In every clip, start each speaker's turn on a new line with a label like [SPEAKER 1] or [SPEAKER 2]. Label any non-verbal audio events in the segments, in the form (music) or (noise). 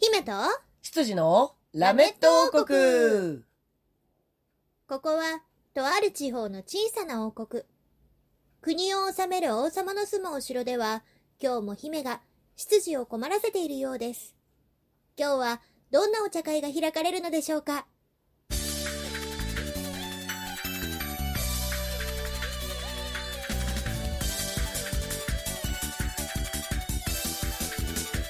[SPEAKER 1] 姫と
[SPEAKER 2] 羊のラメット王国
[SPEAKER 1] ここは、とある地方の小さな王国。国を治める王様の住むお城では、今日も姫が執事を困らせているようです。今日は、どんなお茶会が開かれるのでしょうかは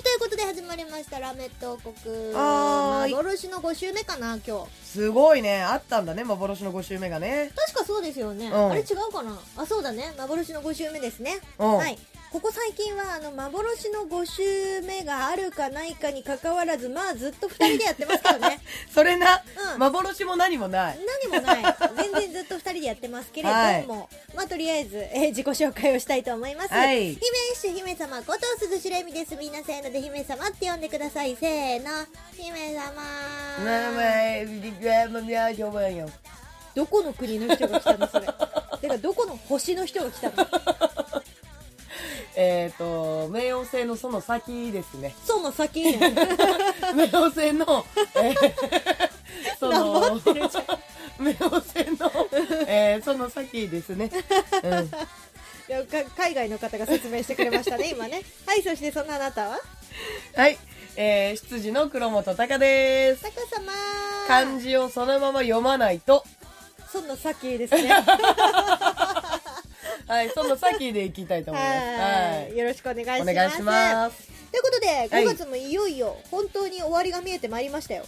[SPEAKER 1] い、ということで始まりました、ラメット王国。
[SPEAKER 2] はーい
[SPEAKER 1] 幻の5週目かな、今日。
[SPEAKER 2] すごいね。あったんだね、幻の5周目がね。 (laughs)
[SPEAKER 1] 確かそうですよね、
[SPEAKER 2] うん
[SPEAKER 1] あれ違うかなあそうだね幻の5週目ですね、
[SPEAKER 2] うん。
[SPEAKER 1] はいここ最近はあの幻の5週目があるかないかにかかわらずまあずっと2人でやってますけど
[SPEAKER 2] (laughs)
[SPEAKER 1] ね
[SPEAKER 2] それな、
[SPEAKER 1] うん、
[SPEAKER 2] 幻も何もない。
[SPEAKER 1] 何もない全然ずっと2人でやってますけれども、まあとりあえず、えー自己紹介をしたいと思います、
[SPEAKER 2] はい
[SPEAKER 1] 姫主姫様こと鈴しれみですみんなせーので姫様って呼んでくださいせーの姫様どこの国の人が来たのそれだからどこの星の人が来たの
[SPEAKER 2] えっと、冥王星のその先です (laughs) ね。
[SPEAKER 1] その先にある
[SPEAKER 2] 冥王星の、えーそ (laughs)
[SPEAKER 1] 黙
[SPEAKER 2] の、冥王星の、えーその先ですね。うん
[SPEAKER 1] いやか海外の方が説明してくれました
[SPEAKER 2] (laughs)
[SPEAKER 1] ね、今ね。はい、そしてそのあなたは
[SPEAKER 2] はい。えー、執事の黒本隆です。
[SPEAKER 1] 坂様
[SPEAKER 2] 漢字をそのまま読まないと、
[SPEAKER 1] その先です
[SPEAKER 2] (laughs)
[SPEAKER 1] ね。
[SPEAKER 2] はい、その先でいきたいと思います。は
[SPEAKER 1] はい。よろしくお願いしま
[SPEAKER 2] い。お
[SPEAKER 1] す。
[SPEAKER 2] 願いします。
[SPEAKER 1] ということで、
[SPEAKER 2] はい
[SPEAKER 1] 5月もいよいよ本当に終わりが見えてまいりましたよ。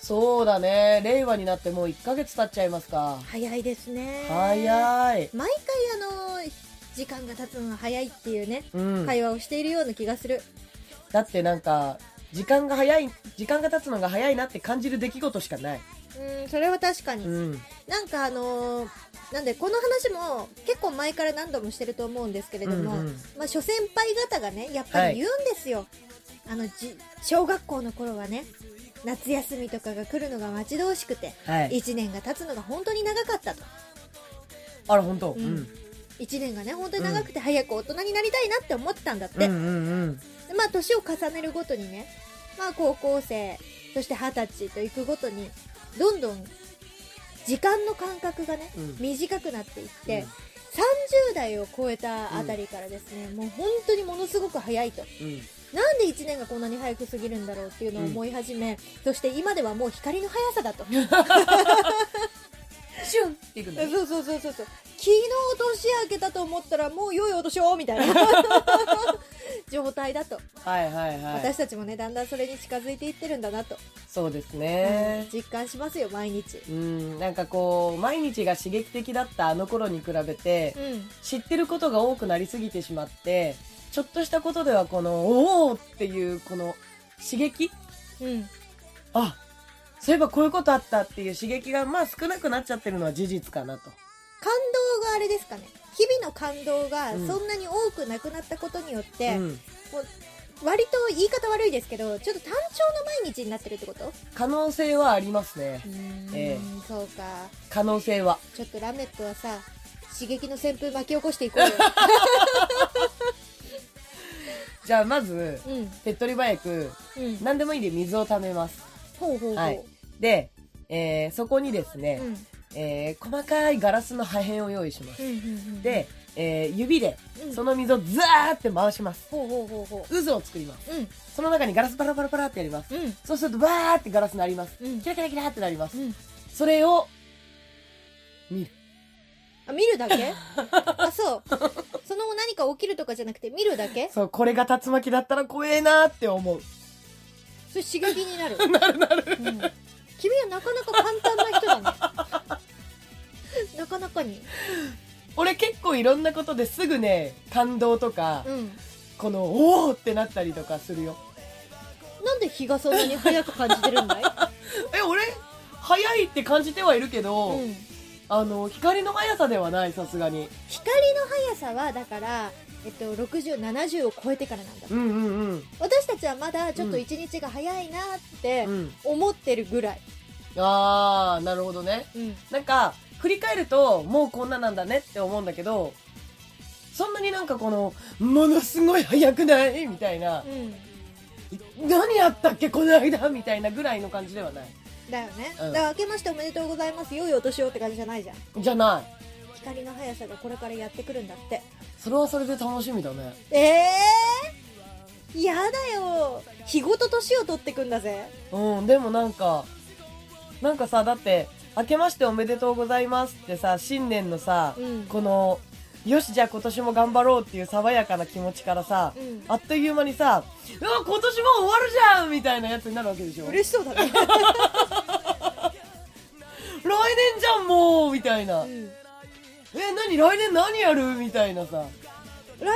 [SPEAKER 2] そうだね。令和になってもう1ヶ月経っちゃいますか。
[SPEAKER 1] 早いですね。
[SPEAKER 2] 早い。
[SPEAKER 1] 毎回あのー、時間が経つのが早いっていうね、
[SPEAKER 2] うん。
[SPEAKER 1] 会話をしているような気がする。
[SPEAKER 2] だってなんか、時間が早い、時間が経つのが早いなって感じる出来事しかない。
[SPEAKER 1] うん、それは確かに。
[SPEAKER 2] うん。
[SPEAKER 1] なんかあのーなんでこの話も結構前から何度もしてると思うんですけれども、
[SPEAKER 2] うんうん
[SPEAKER 1] まあ諸先輩方がねやっぱり言うんですよ、あのじ小学校の頃はね夏休みとかが来るのが待ち遠しくて
[SPEAKER 2] はい。
[SPEAKER 1] 1年が経つのが本当に長かったと
[SPEAKER 2] あら、本当。
[SPEAKER 1] う
[SPEAKER 2] うんん。
[SPEAKER 1] 1年がね本当に長くて早く大人になりたいなって思ってたんだっ
[SPEAKER 2] うんう
[SPEAKER 1] て、
[SPEAKER 2] んうん。
[SPEAKER 1] でまあ年を重ねるごとにねまあ高校生そして二十歳と行くごとにどんどん時間の感覚がね、
[SPEAKER 2] うん
[SPEAKER 1] 短くなっていって、
[SPEAKER 2] うん
[SPEAKER 1] 30代を超えたあたりからですね、もう本当にものすごく早いと
[SPEAKER 2] うん。
[SPEAKER 1] なんで1年がこんなに早く過ぎるんだろうっていうのを思い始め、そして今ではもう光の速さだと
[SPEAKER 2] (laughs) シュンっていくんだね。
[SPEAKER 1] そうそうそうそうそう昨日年明けたと思ったらもう良いお年をみ
[SPEAKER 2] (laughs)
[SPEAKER 1] たいな状態だと、
[SPEAKER 2] はいはいはい。
[SPEAKER 1] 私たちもねだんだんそれに近づいていってるんだなと、
[SPEAKER 2] そうですね。
[SPEAKER 1] 実感しますよ毎日
[SPEAKER 2] うん、なんかこう、毎日が刺激的だったあの頃に比べて、
[SPEAKER 1] うん
[SPEAKER 2] 知ってることが多くなりすぎてしまって、ちょっとしたことではこの、おおっていう、この刺激
[SPEAKER 1] うん
[SPEAKER 2] あ、そういえばこういうことあったっていう刺激が、まあ少なくなっちゃってるのは事実かなと。
[SPEAKER 1] 感動があれですかね日々の感動が
[SPEAKER 2] うん
[SPEAKER 1] そんなに多くなくなったことによって、
[SPEAKER 2] うん
[SPEAKER 1] 割と言い方悪いですけどちょっと単調の毎日になってるってこと
[SPEAKER 2] 可能性はありますね
[SPEAKER 1] う。ーん、
[SPEAKER 2] ええ
[SPEAKER 1] そうか
[SPEAKER 2] 可能性は。
[SPEAKER 1] ちょっとラメットはさ刺激の旋風巻き起こしていこうよ (laughs)
[SPEAKER 2] じゃあまず、
[SPEAKER 1] う
[SPEAKER 2] 手っ取り早く、
[SPEAKER 1] んうん
[SPEAKER 2] 何でもいいんで水を溜めます。
[SPEAKER 1] ほうほうほう、
[SPEAKER 2] はいで、えー、そこにです
[SPEAKER 1] うん
[SPEAKER 2] ね、
[SPEAKER 1] うん
[SPEAKER 2] えー、細かいガラスの破片を用意しま
[SPEAKER 1] う
[SPEAKER 2] す。
[SPEAKER 1] んうん
[SPEAKER 2] で、えー、指で、
[SPEAKER 1] うん
[SPEAKER 2] その水をザーって回します。
[SPEAKER 1] ほうほうほうほ
[SPEAKER 2] 渦を作ります。
[SPEAKER 1] ううん
[SPEAKER 2] その中にガラスパラパラパラってやります。
[SPEAKER 1] うん
[SPEAKER 2] そうするとバーってガラスになります。
[SPEAKER 1] うん
[SPEAKER 2] キラキラキラってなります。
[SPEAKER 1] うん
[SPEAKER 2] それを、見る。
[SPEAKER 1] あ見るだけあそうその後何か起きるとかじゃなくて見るだけ
[SPEAKER 2] そう、これが竜巻だったら怖えなって思う。
[SPEAKER 1] それ刺激になる (laughs) なるなる、うん、君はなかなか簡単な人だね (laughs) なかなかに
[SPEAKER 2] 俺結構いろんなことですぐね、感動とか、
[SPEAKER 1] うん
[SPEAKER 2] この、おーってなったりとかするよ。
[SPEAKER 1] なんで日がそんなに早く感じてるんだい、
[SPEAKER 2] え、俺、早いって感じてはいるけ
[SPEAKER 1] う
[SPEAKER 2] ど、
[SPEAKER 1] ん、
[SPEAKER 2] あの、光の速さではない、さすがに。
[SPEAKER 1] 光の速さはだから、えっと、6070を超えてからなんだ
[SPEAKER 2] うんうんうん。
[SPEAKER 1] 私たちはまだちょっと
[SPEAKER 2] うん
[SPEAKER 1] 一日が早いなって
[SPEAKER 2] うん。
[SPEAKER 1] 思ってるぐらい、
[SPEAKER 2] あー、なるほどね。
[SPEAKER 1] うん
[SPEAKER 2] なんか、振り返ると、もうこんななんだねって思うんだけど、そんなになんかこの、ものすごい早くないみたいな、
[SPEAKER 1] うん
[SPEAKER 2] 何やったっけこの間みたいなぐらいの感じではない。
[SPEAKER 1] だよね、
[SPEAKER 2] うん
[SPEAKER 1] だから明けましておめでとうございます良いお年をって感じじゃないじゃん
[SPEAKER 2] じゃない。
[SPEAKER 1] 光の速さがこれからやってくるんだって
[SPEAKER 2] それはそれで楽しみだね。
[SPEAKER 1] ええー、やだよ日ごと年を取ってくんだぜ
[SPEAKER 2] うん、でもなんか、なんかさ、だって、明けましておめでとうございますってさ、新年のさ、
[SPEAKER 1] うん
[SPEAKER 2] この、よし、じゃあ今年も頑張ろうっていう爽やかな気持ちからさ、
[SPEAKER 1] うん
[SPEAKER 2] あっという間にさ、うわ、今年も終わるじゃんみたいなやつになるわけでしょ。来年
[SPEAKER 1] 嬉しそう
[SPEAKER 2] (laughs)
[SPEAKER 1] だね、
[SPEAKER 2] じゃんもうみたいな。
[SPEAKER 1] う
[SPEAKER 2] え、
[SPEAKER 1] ん
[SPEAKER 2] 何来年何やるみたいなさ。
[SPEAKER 1] 来年何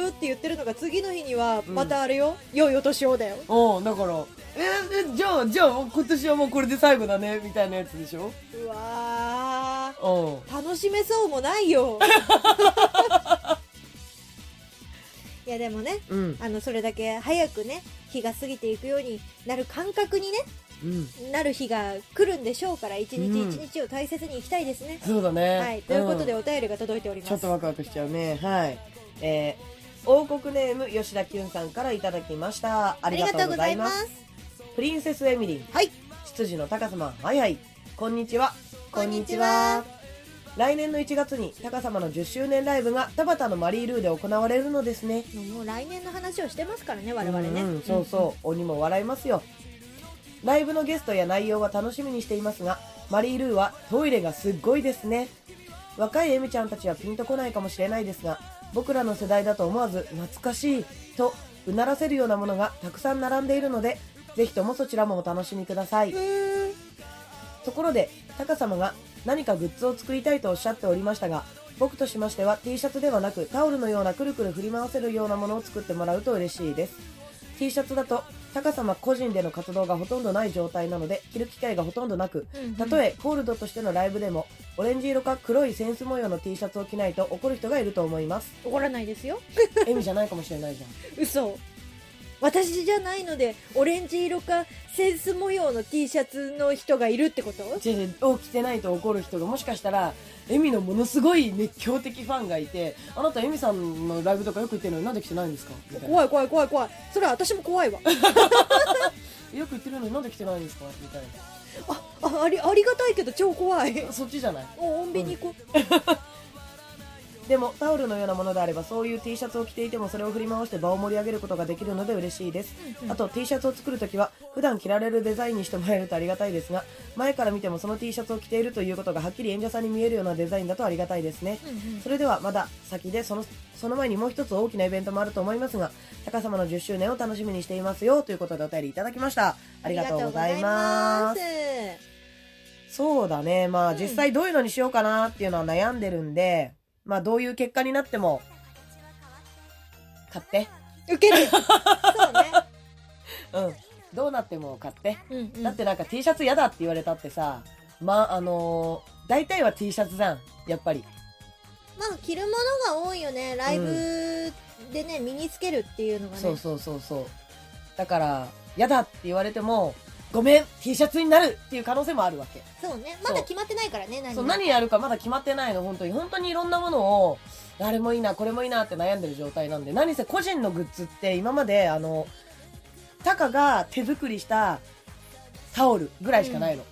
[SPEAKER 1] やるって言ってるのが次の日には
[SPEAKER 2] ん
[SPEAKER 1] またあれよ、良いお年をだよ
[SPEAKER 2] うん、だから、え、えじゃあ、じゃあもう今年はもうこれで最後だねみたいなやつでしょ。
[SPEAKER 1] うわ
[SPEAKER 2] うん。
[SPEAKER 1] ー楽しめそうもないよ (laughs) いやでもね
[SPEAKER 2] うん。
[SPEAKER 1] あのそれだけ早くね日が過ぎていくようになる感覚にね
[SPEAKER 2] うん。
[SPEAKER 1] なる日が来るんでしょうから一
[SPEAKER 2] うん
[SPEAKER 1] 日一日を大切にいきたいですね、
[SPEAKER 2] そうだね。
[SPEAKER 1] はいということ
[SPEAKER 2] ん
[SPEAKER 1] でお便りが届いております
[SPEAKER 2] ちょっとワクワクしちゃうね。はい。えー、王国ネーム吉田きゅんさんからいただきました。あ
[SPEAKER 1] あ
[SPEAKER 2] りがとうございま
[SPEAKER 1] りがと
[SPEAKER 2] す。
[SPEAKER 1] うござい
[SPEAKER 2] プリンセスエミリン、
[SPEAKER 1] ますはい
[SPEAKER 2] 執事の高様、はいはい。こんにちは。
[SPEAKER 1] こんにちは。
[SPEAKER 2] 来年の1月に高様の10周年ライブが田端のマリールーで行われるのですね。
[SPEAKER 1] もう来年の話をしてますからね我々ね、
[SPEAKER 2] うんうんそうそう、鬼も笑いますよ。ライブのゲストや内容は楽しみにしていますが、マリー・ルーはトイレがすっごいですね。若いエミちゃんたちはピンとこないかもしれないですが、僕らの世代だと思わず懐かしいとうならせるようなものがたくさん並んでいるので、ぜひともそちらもお楽しみください。
[SPEAKER 1] うん
[SPEAKER 2] ところで、タカ様が何かグッズを作りたいとおっしゃっておりましたが、僕としましては T シャツではなくタオルのようなくるくる振り回せるようなものを作ってもらうと嬉しいです。T シャツだと、タカ様個人での活動がほとんどない状態なので、着る機会がほとんどなく、
[SPEAKER 1] うん
[SPEAKER 2] たとえコールドとしてのライブでも、オレンジ色か黒いセンス模様の T シャツを着ないと怒る人がいると思います。
[SPEAKER 1] 怒らないですよ
[SPEAKER 2] エミじゃないかもしれないじゃん。
[SPEAKER 1] 嘘私じゃないのでオレンジ色かセンス模様の T シャツの人がいるってこと
[SPEAKER 2] 違う違うを着てないと怒る人がもしかしたらエミのものすごい熱狂的ファンがいてあなたエミさんのライブとかよく行ってるのになんで来てないんですかみたいな
[SPEAKER 1] 怖い怖い怖い怖いそれは私も怖い
[SPEAKER 2] (laughs)
[SPEAKER 1] わ
[SPEAKER 2] よく行ってるのになんで来てないんですかみたい
[SPEAKER 1] ああありありがたいけど超怖い
[SPEAKER 2] なそっちじゃない
[SPEAKER 1] お穏便に行こう、
[SPEAKER 2] でもタオルのようなものであればそういう T シャツを着ていてもそれを振り回して場を盛り上げることができるので嬉しいです、
[SPEAKER 1] うんうん
[SPEAKER 2] あと T シャツを作るときは普段着られるデザインにしてもらえるとありがたいですが前から見てもその T シャツを着ているということがはっきり演者さんに見えるようなデザインだとありがたいですね、それではまだ先でそのその前にもう一つ大きなイベントもあると思いますが高様の10周年を楽しみにしていますよということでお便りいただきましたありがとうございますそうだねまあ、
[SPEAKER 1] うん
[SPEAKER 2] 実際どういうのにしようかなっていうのは悩んでるんでまあどういう結果になっても買って
[SPEAKER 1] 受け
[SPEAKER 2] (laughs)
[SPEAKER 1] るそうね、
[SPEAKER 2] うんどうなっても買って、
[SPEAKER 1] うんうん
[SPEAKER 2] (laughs) だってなんか T シャツ嫌だって言われたってさまああのー大体は T シャツじゃんやっぱり
[SPEAKER 1] まあ着るものが多いよねライブでね、身につけるっていうのがね
[SPEAKER 2] そうそうそうそうだから嫌だって言われてもごめん T シャツになるっていう可能性もあるわけ
[SPEAKER 1] そうねまだ決まってないからね何
[SPEAKER 2] そう
[SPEAKER 1] も
[SPEAKER 2] 何やるかまだ決まってないの本当に本当にいろんなものをあれもいいなこれもいいなって悩んでる状態なんで何せ個人のグッズって今まであのタカが手作りしたタオルぐらいしかないの、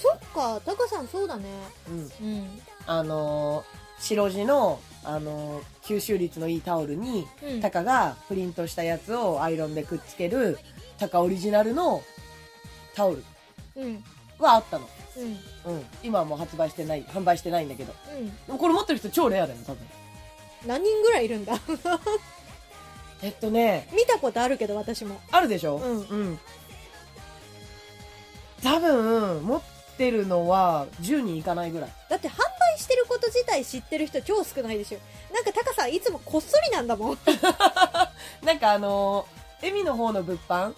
[SPEAKER 1] そっかタカさんそうだね
[SPEAKER 2] うん
[SPEAKER 1] うん
[SPEAKER 2] あのー白地のあのー吸収率のいいタオルに
[SPEAKER 1] うん
[SPEAKER 2] タカがプリントしたやつをアイロンでくっつけるタカオリジナルのタオル
[SPEAKER 1] うんうん
[SPEAKER 2] はあったの。
[SPEAKER 1] うん
[SPEAKER 2] うん。今はもう発売してない、販売してないんだけど。でもこれ持ってる人超レアだよ、多分。
[SPEAKER 1] 何人ぐらいいるんだ (laughs)
[SPEAKER 2] えっとね、
[SPEAKER 1] 見たことあるけど私も
[SPEAKER 2] あるでしょ
[SPEAKER 1] うん
[SPEAKER 2] うん。多分、持ってるのは10人いかないぐらい。
[SPEAKER 1] だって販売してること自体知ってる人超少ないでしょなんかタカさんいつもこっそりなんだもんうん
[SPEAKER 2] なんかあのー、エミの方の物販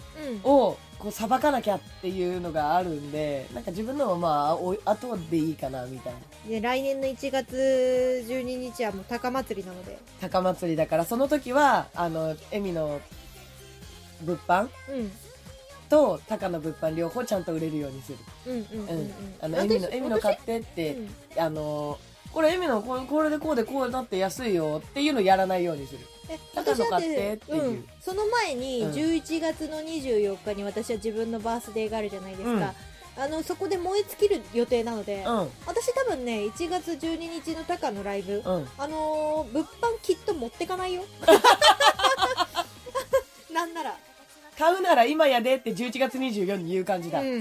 [SPEAKER 2] を、こう、さばかなきゃっていうのがあるんで、なんか自分のはまあ、お後でいいかな、みたいな。
[SPEAKER 1] で来年の1月12日はもうタカ祭りなので
[SPEAKER 2] 高祭りだから、その時は、あの、エミの物販
[SPEAKER 1] うん
[SPEAKER 2] と高の物販両方ちゃんと売れるようにする
[SPEAKER 1] うんうんうんうん
[SPEAKER 2] あのエミの
[SPEAKER 1] 私
[SPEAKER 2] エミの買ってっ
[SPEAKER 1] 私
[SPEAKER 2] て
[SPEAKER 1] うん
[SPEAKER 2] あのこれエミのこれこれでこうでこうだって安いよっていうのやらないようにする
[SPEAKER 1] え
[SPEAKER 2] 高
[SPEAKER 1] 私
[SPEAKER 2] 野
[SPEAKER 1] だっ
[SPEAKER 2] 買っててっていう
[SPEAKER 1] うん、その前に
[SPEAKER 2] うん
[SPEAKER 1] 11月の24日に私は自分のバースデーがあるじゃないですか、あのそこで燃え尽きる予定なので、
[SPEAKER 2] う
[SPEAKER 1] 私多分ね1月12日のタカのライブ、
[SPEAKER 2] んうん
[SPEAKER 1] あのー、物販きっと持ってかないよ (laughs) なんなら、
[SPEAKER 2] 買うなら今やでって11月24に言う感じだ、うん
[SPEAKER 1] うん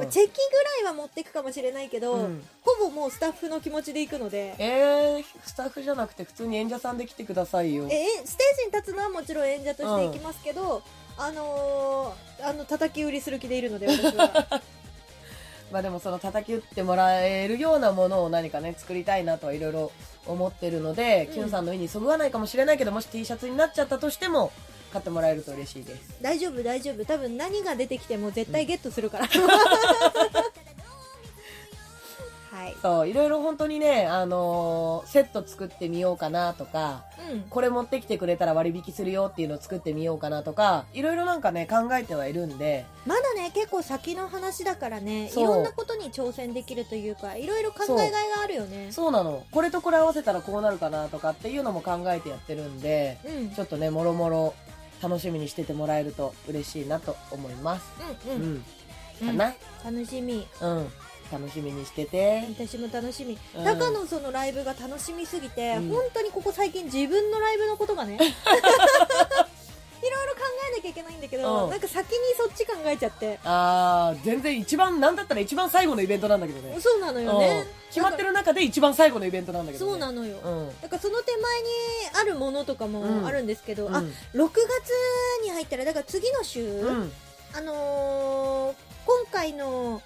[SPEAKER 2] うん
[SPEAKER 1] チェキぐらいは持ってくかもしれないけど、
[SPEAKER 2] うん
[SPEAKER 1] ほぼもうスタッフの気持ちで行くので
[SPEAKER 2] えー、スタッフじゃなくて普通に演者さんで来てくださいよ
[SPEAKER 1] ええステージに立つのはもちろん演者として行きますけど、あのー、あの叩き売りする気でいるので私
[SPEAKER 2] (laughs)
[SPEAKER 1] は
[SPEAKER 2] まあでもその叩き打ってもらえるようなものを何かね作りたいなとはいろいろ思ってるので、
[SPEAKER 1] うん
[SPEAKER 2] キュンさんの意にそぐわないかもしれないけどもし T シャツになっちゃったとしても買ってもらえると嬉しいです
[SPEAKER 1] 大丈夫大丈夫多分何が出てきても絶対ゲットす
[SPEAKER 2] (laughs)
[SPEAKER 1] るから、はい、
[SPEAKER 2] そういろいろ本当にねあのーセット作ってみようかなとか
[SPEAKER 1] うん、
[SPEAKER 2] これ持ってきてくれたら割引するよっていうのを作ってみようかなとかいろいろなんかね考えてはいるんで
[SPEAKER 1] まだね結構先の話だからねい
[SPEAKER 2] そう
[SPEAKER 1] ろんなことに挑戦できるというかいろいろ考えがいがあるよね
[SPEAKER 2] そうなのこれとこれ合わせたらこうなるかなとかっていうのも考えてやってるんで
[SPEAKER 1] うんうん
[SPEAKER 2] ちょっとねもろもろ楽しみにしててもらえると嬉しいなと思います
[SPEAKER 1] う、
[SPEAKER 2] うんん、
[SPEAKER 1] う
[SPEAKER 2] か
[SPEAKER 1] ん、
[SPEAKER 2] な
[SPEAKER 1] 楽しみ
[SPEAKER 2] うん、楽しみにしてて
[SPEAKER 1] 私も楽しみ、
[SPEAKER 2] うん
[SPEAKER 1] 中のそのライブが楽しみすぎて、
[SPEAKER 2] うん
[SPEAKER 1] 本当にここ最近自分のライブのこと
[SPEAKER 2] (laughs)
[SPEAKER 1] がねいろいろ考えなきゃいけないんだけど、
[SPEAKER 2] うん
[SPEAKER 1] なんか先にそっち考えちゃって
[SPEAKER 2] あー全然一番なんだったら一番最後のイベントなんだけどね
[SPEAKER 1] そうなのよね
[SPEAKER 2] うん決まってる中で一番最後のイベントなんだけど、ね、
[SPEAKER 1] そうなのよ、
[SPEAKER 2] のうん
[SPEAKER 1] だからその手前にあるものとか
[SPEAKER 2] うん
[SPEAKER 1] もあるんですけど、
[SPEAKER 2] うん
[SPEAKER 1] あ6月に入ったらだから次の週、
[SPEAKER 2] うん
[SPEAKER 1] あのー今回の、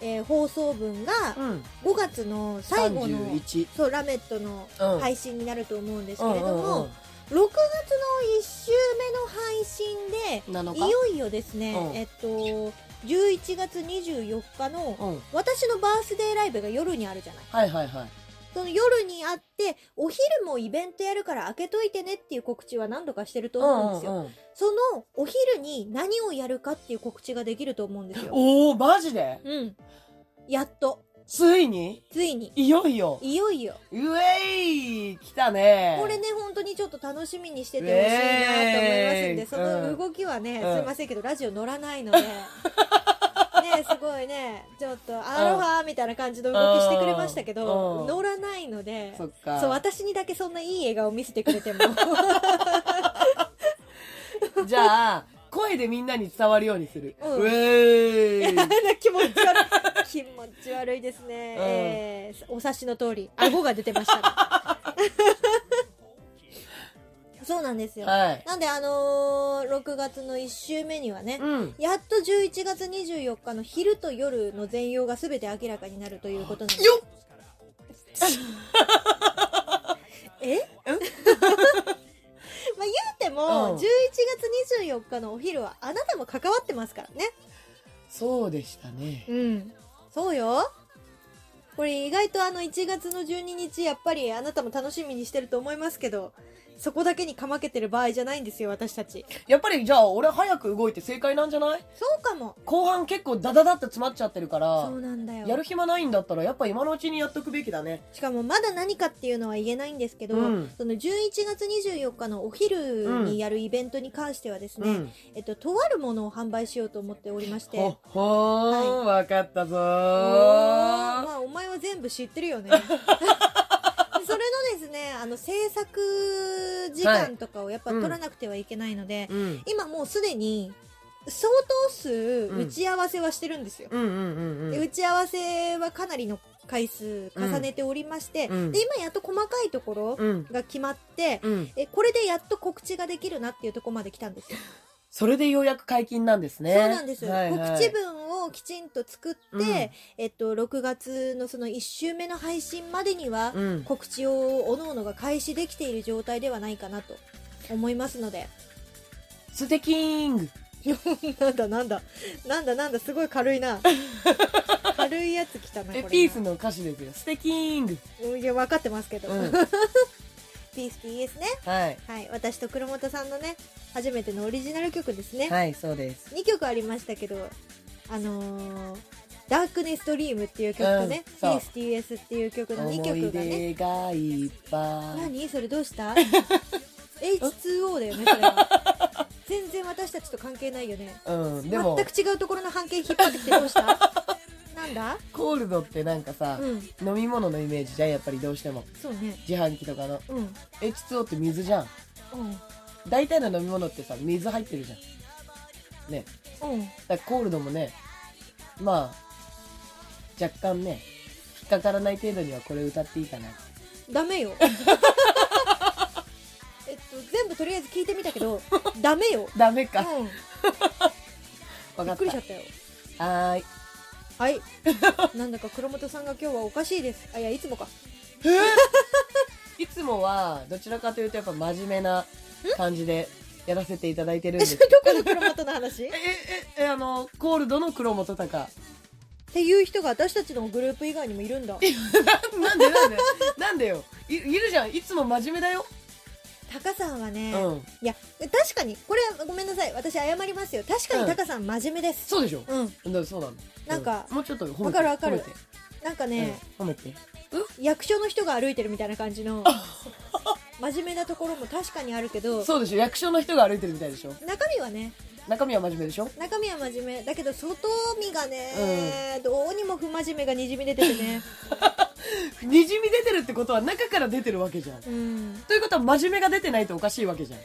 [SPEAKER 1] えー放送分が
[SPEAKER 2] うん
[SPEAKER 1] 5月の最後の
[SPEAKER 2] 31
[SPEAKER 1] そうラメットの
[SPEAKER 2] うん
[SPEAKER 1] 配信になると思うんです
[SPEAKER 2] う
[SPEAKER 1] け
[SPEAKER 2] ん
[SPEAKER 1] れども、
[SPEAKER 2] うん
[SPEAKER 1] 6月の1週目
[SPEAKER 2] な
[SPEAKER 1] の
[SPEAKER 2] の
[SPEAKER 1] 配信
[SPEAKER 2] か
[SPEAKER 1] でいよいよですね、
[SPEAKER 2] うん
[SPEAKER 1] えっと11月24日
[SPEAKER 2] う
[SPEAKER 1] の
[SPEAKER 2] んうん
[SPEAKER 1] 私のバースデーライブが夜にあるじゃない
[SPEAKER 2] はいはいはい
[SPEAKER 1] その夜にあってお昼もイベントやるから開けといてねっていう告知は何度かしてると思うんですよ、
[SPEAKER 2] うんうんうん
[SPEAKER 1] そのお昼に何をやるかっていう告知ができると思うんですよ
[SPEAKER 2] おおマジで
[SPEAKER 1] うんやっと
[SPEAKER 2] ついに
[SPEAKER 1] ついに
[SPEAKER 2] いよいよ
[SPEAKER 1] いよいよ
[SPEAKER 2] うえい来たね
[SPEAKER 1] これね、本当にちょっと楽しみにしててほしいなと思いますんで、
[SPEAKER 2] えー
[SPEAKER 1] その動きはね、
[SPEAKER 2] うん
[SPEAKER 1] すいませんけど、ラジオ乗らない
[SPEAKER 2] (laughs)
[SPEAKER 1] ので、ね、すごいね、ちょっと、アロハみたいな感じの動きしてくれましたけ
[SPEAKER 2] う
[SPEAKER 1] ど、
[SPEAKER 2] ん
[SPEAKER 1] 乗らないので、
[SPEAKER 2] そっか
[SPEAKER 1] そう、私にだけそんないい笑顔見せてくれ
[SPEAKER 2] (laughs)
[SPEAKER 1] ても、
[SPEAKER 2] じゃあ声でみんなに伝わるようにする、
[SPEAKER 1] うん
[SPEAKER 2] うえい
[SPEAKER 1] (laughs) 気持ち悪い、気持ち悪いですね。えーお察しの通り、顎が出てました
[SPEAKER 2] (laughs)
[SPEAKER 1] ね。そうなんですよ。
[SPEAKER 2] はい
[SPEAKER 1] なんで、あのー、6月の1週目にはね、
[SPEAKER 2] うん
[SPEAKER 1] やっと11月24日の昼と夜の全容が全て明らかになるということなんです。
[SPEAKER 2] よっ
[SPEAKER 1] え (laughs) まあ言うても、
[SPEAKER 2] うん
[SPEAKER 1] 11月24日のお昼はあなたも関わってますからね。
[SPEAKER 2] そうでしたね
[SPEAKER 1] うん。そうよ。これ意外とあの1月の12日やっぱりあなたも楽しみにしてると思いますけど、そこだけにかまけてる場合じゃないんですよ、私たち。
[SPEAKER 2] やっぱりじゃあ俺早く動いて正解なんじゃない
[SPEAKER 1] (laughs) そうかも。
[SPEAKER 2] 後半結構ダダダって詰まっちゃってるか
[SPEAKER 1] そ
[SPEAKER 2] ら
[SPEAKER 1] うなんだよ。
[SPEAKER 2] やる暇ないんだったらやっぱ今のうちにやっとくべきだね
[SPEAKER 1] しかもまだ何かっていうのは言えないんですけど、
[SPEAKER 2] うん
[SPEAKER 1] その11月24日のお昼にやるイベントに関してはですね、
[SPEAKER 2] うん
[SPEAKER 1] えっと、とあるものを販売しようと思っておりまして、
[SPEAKER 2] ほほーん、わかったぞ
[SPEAKER 1] おー
[SPEAKER 2] ー
[SPEAKER 1] まあお前は全部知ってる
[SPEAKER 2] (laughs)
[SPEAKER 1] よね。 (laughs) でそれのですね、あの制作時間とかをやっぱ
[SPEAKER 2] はいうん
[SPEAKER 1] 取らなくてはいけないので、
[SPEAKER 2] うん
[SPEAKER 1] 今もうすでに相当数打ち合わせはしてるんですよ。
[SPEAKER 2] うんうんうん
[SPEAKER 1] で
[SPEAKER 2] うん
[SPEAKER 1] 打ち合わせはかなりの回数重ねておりまして、
[SPEAKER 2] うん
[SPEAKER 1] で今やっと細かいところ
[SPEAKER 2] うん
[SPEAKER 1] が決まって、
[SPEAKER 2] うん
[SPEAKER 1] えこれでやっと告知ができるなっていうところまで来たんですよ、
[SPEAKER 2] それでようやく解禁なんですね
[SPEAKER 1] そうなんです、
[SPEAKER 2] はいはい
[SPEAKER 1] 告知文をきちんと作って、
[SPEAKER 2] うん
[SPEAKER 1] えっと、6月のその1週目の配信までには、
[SPEAKER 2] うん
[SPEAKER 1] 告知をおのおのが開始できている状態ではないかなと思いますので
[SPEAKER 2] ステキング
[SPEAKER 1] (laughs) なんだなんだなんだなんだすごい軽い (laughs) な軽いやつ来たなこれ
[SPEAKER 2] え
[SPEAKER 1] な
[SPEAKER 2] ピースの歌詞ですよステキング、
[SPEAKER 1] うんいや分か (laughs) ってますけど、
[SPEAKER 2] うん、
[SPEAKER 1] ピースピースね
[SPEAKER 2] はい
[SPEAKER 1] はい私と黒本さんのね初めてのオリジナル曲ですね、
[SPEAKER 2] はい、そうです。
[SPEAKER 1] 2曲ありましたけどあのーダークネストリームっていう曲とね
[SPEAKER 2] うん、そう
[SPEAKER 1] TSTS っていう曲の2
[SPEAKER 2] 思い
[SPEAKER 1] 曲がね
[SPEAKER 2] 出がいっぱい。
[SPEAKER 1] 何それどうした
[SPEAKER 2] (laughs)
[SPEAKER 1] H2O だよねそれは全然私たちと関係ないよね
[SPEAKER 2] うん、で
[SPEAKER 1] 全
[SPEAKER 2] も、
[SPEAKER 1] く違うところの半径引っ張ってきてどうしたなんだ
[SPEAKER 2] コールドってなんかさ、
[SPEAKER 1] うん
[SPEAKER 2] 飲み物のイメージじゃん、やっぱりどうしても。
[SPEAKER 1] そうね
[SPEAKER 2] 自販機とかの。
[SPEAKER 1] うんうん
[SPEAKER 2] H2O って水じゃん。大体の飲み物ってさ、水入ってるじゃん。ね。
[SPEAKER 1] うん
[SPEAKER 2] だからコールドもね、まあ、若干ね、引っかからない程度にはこれ歌っていいかな。
[SPEAKER 1] ダメ
[SPEAKER 2] (laughs)
[SPEAKER 1] よえっと全部とりあえず聞いてみたけどダメよ
[SPEAKER 2] ダメ
[SPEAKER 1] う
[SPEAKER 2] か。
[SPEAKER 1] ん
[SPEAKER 2] わ
[SPEAKER 1] び
[SPEAKER 2] か
[SPEAKER 1] っ
[SPEAKER 2] っ
[SPEAKER 1] くりしちゃ。
[SPEAKER 2] た
[SPEAKER 1] ったよ
[SPEAKER 2] はーい。
[SPEAKER 1] はい (laughs) なんだか黒本さんが今日はおかしいですあいやいつもか
[SPEAKER 2] いつもは、どちらかというとやっぱ真面目な感じでやらせていただいてるん
[SPEAKER 1] え
[SPEAKER 2] で
[SPEAKER 1] そ
[SPEAKER 2] す
[SPEAKER 1] れ。どこの黒本の話 (laughs) っ
[SPEAKER 2] え、 (laughs) え、え、あの、コールドの黒本隆。
[SPEAKER 1] ていう人が私たちのグループ以外にもいるんだ
[SPEAKER 2] (laughs) なんでなんでなんでよい。いるじゃん。いつも真面目だよ。
[SPEAKER 1] タカさんはね、
[SPEAKER 2] うん。
[SPEAKER 1] いや確かにこれはごめんなさい私謝りますよ確か
[SPEAKER 2] うん
[SPEAKER 1] にタカさん真面目です
[SPEAKER 2] そうでしょ
[SPEAKER 1] うん、
[SPEAKER 2] だからそうなの。
[SPEAKER 1] なんか
[SPEAKER 2] うもうちょっと褒めて。
[SPEAKER 1] わかるわかる
[SPEAKER 2] 褒めて
[SPEAKER 1] なんかね、
[SPEAKER 2] うん褒めて。
[SPEAKER 1] 役所の人が歩いてるみたいな感じの (laughs) 真面目なところも確かにあるけど
[SPEAKER 2] そうでしょ。役所の人が歩いてるみたいでしょ。
[SPEAKER 1] 中身はね
[SPEAKER 2] 中身は真面目でしょ。 (laughs)
[SPEAKER 1] 中身は真面目だけど外身がね、どうにも不真面目がにじみ出てて
[SPEAKER 2] (laughs)
[SPEAKER 1] ね
[SPEAKER 2] にじみ出てるってことは中から出てるわけじゃん。
[SPEAKER 1] うん
[SPEAKER 2] ということは真面目が出てないとおかしいわけじゃん。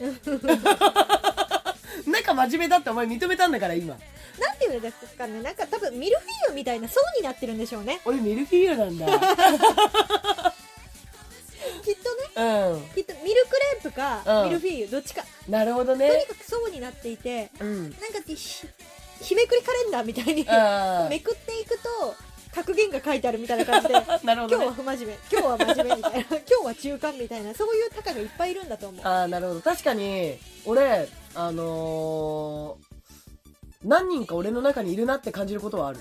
[SPEAKER 2] 中真面目だってお前認めたんだから今。
[SPEAKER 1] なんていうんですかねなんか多分ミルフィーユみたいな層になってるんでしょうね
[SPEAKER 2] 俺ミルフィーユなん (laughs) だ。
[SPEAKER 1] きっとね
[SPEAKER 2] う
[SPEAKER 1] きっとミルクレープか、
[SPEAKER 2] うん
[SPEAKER 1] ミルフィーユどっちか
[SPEAKER 2] ん。なるほど
[SPEAKER 1] とに
[SPEAKER 2] ね。
[SPEAKER 1] かく層になっていて
[SPEAKER 2] うん。
[SPEAKER 1] なんかひ日めくりカレンダーみたいに
[SPEAKER 2] あ
[SPEAKER 1] めくっていくと格言が書いてあるみたいな感じで
[SPEAKER 2] (laughs) あ。なるほ
[SPEAKER 1] 今
[SPEAKER 2] ど
[SPEAKER 1] 日
[SPEAKER 2] ね
[SPEAKER 1] は。不真面目今日は真面目みた
[SPEAKER 2] (laughs)
[SPEAKER 1] いな今日は中間みたいなそういうタカがいっぱいいるんだと思う
[SPEAKER 2] ああ、なるほど。確かに、俺、あのー、何人か俺の中にいるなって感じることはある。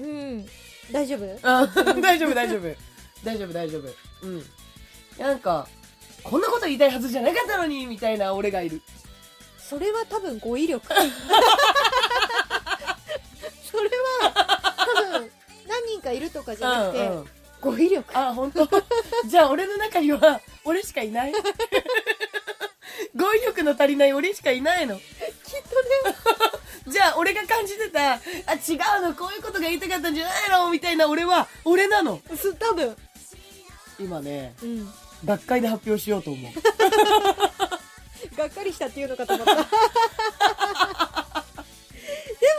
[SPEAKER 1] うん大丈夫
[SPEAKER 2] あ (laughs) 大丈夫、大丈夫。大丈夫、大丈夫。うん。なんか、こんなこと言いたいはずじゃなかったのに、みたいな俺がいる。
[SPEAKER 1] それは多分語彙
[SPEAKER 2] (laughs)
[SPEAKER 1] 力それは多分何人かいるとかじゃなくて、
[SPEAKER 2] うんうん
[SPEAKER 1] 語彙力
[SPEAKER 2] あ、本当。 (laughs) じゃあ俺の中には、俺しかい (laughs) ない。語彙力の足りない俺しかいないの。
[SPEAKER 1] きっとね
[SPEAKER 2] じゃあ俺が感じてた、あ、違うの、こういうことが言いたかったんじゃないの、みたいな俺は、俺なの。
[SPEAKER 1] す多分
[SPEAKER 2] 今ね、
[SPEAKER 1] うん
[SPEAKER 2] 学会で発表しようと思う。
[SPEAKER 1] がっかりしたっていうのかと思った (laughs) で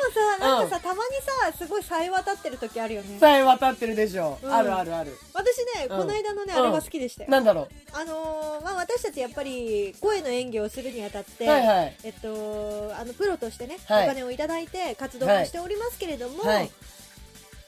[SPEAKER 1] もさなんかさ、たまにさすごいさえ渡ってる時あるよね
[SPEAKER 2] さえ渡ってるでしょ。
[SPEAKER 1] うん
[SPEAKER 2] あるあるある。
[SPEAKER 1] 私ね、
[SPEAKER 2] うん
[SPEAKER 1] この間のね、
[SPEAKER 2] うん
[SPEAKER 1] あれが好きでしたよ、
[SPEAKER 2] なんだろ
[SPEAKER 1] あのーまあ、私たちやっぱり声の演技をするにあたって、
[SPEAKER 2] う。はいはい。
[SPEAKER 1] えっと、あのプロとしてね、
[SPEAKER 2] は
[SPEAKER 1] お
[SPEAKER 2] い
[SPEAKER 1] 金をいただいて活動をしておりますけれども、
[SPEAKER 2] はい。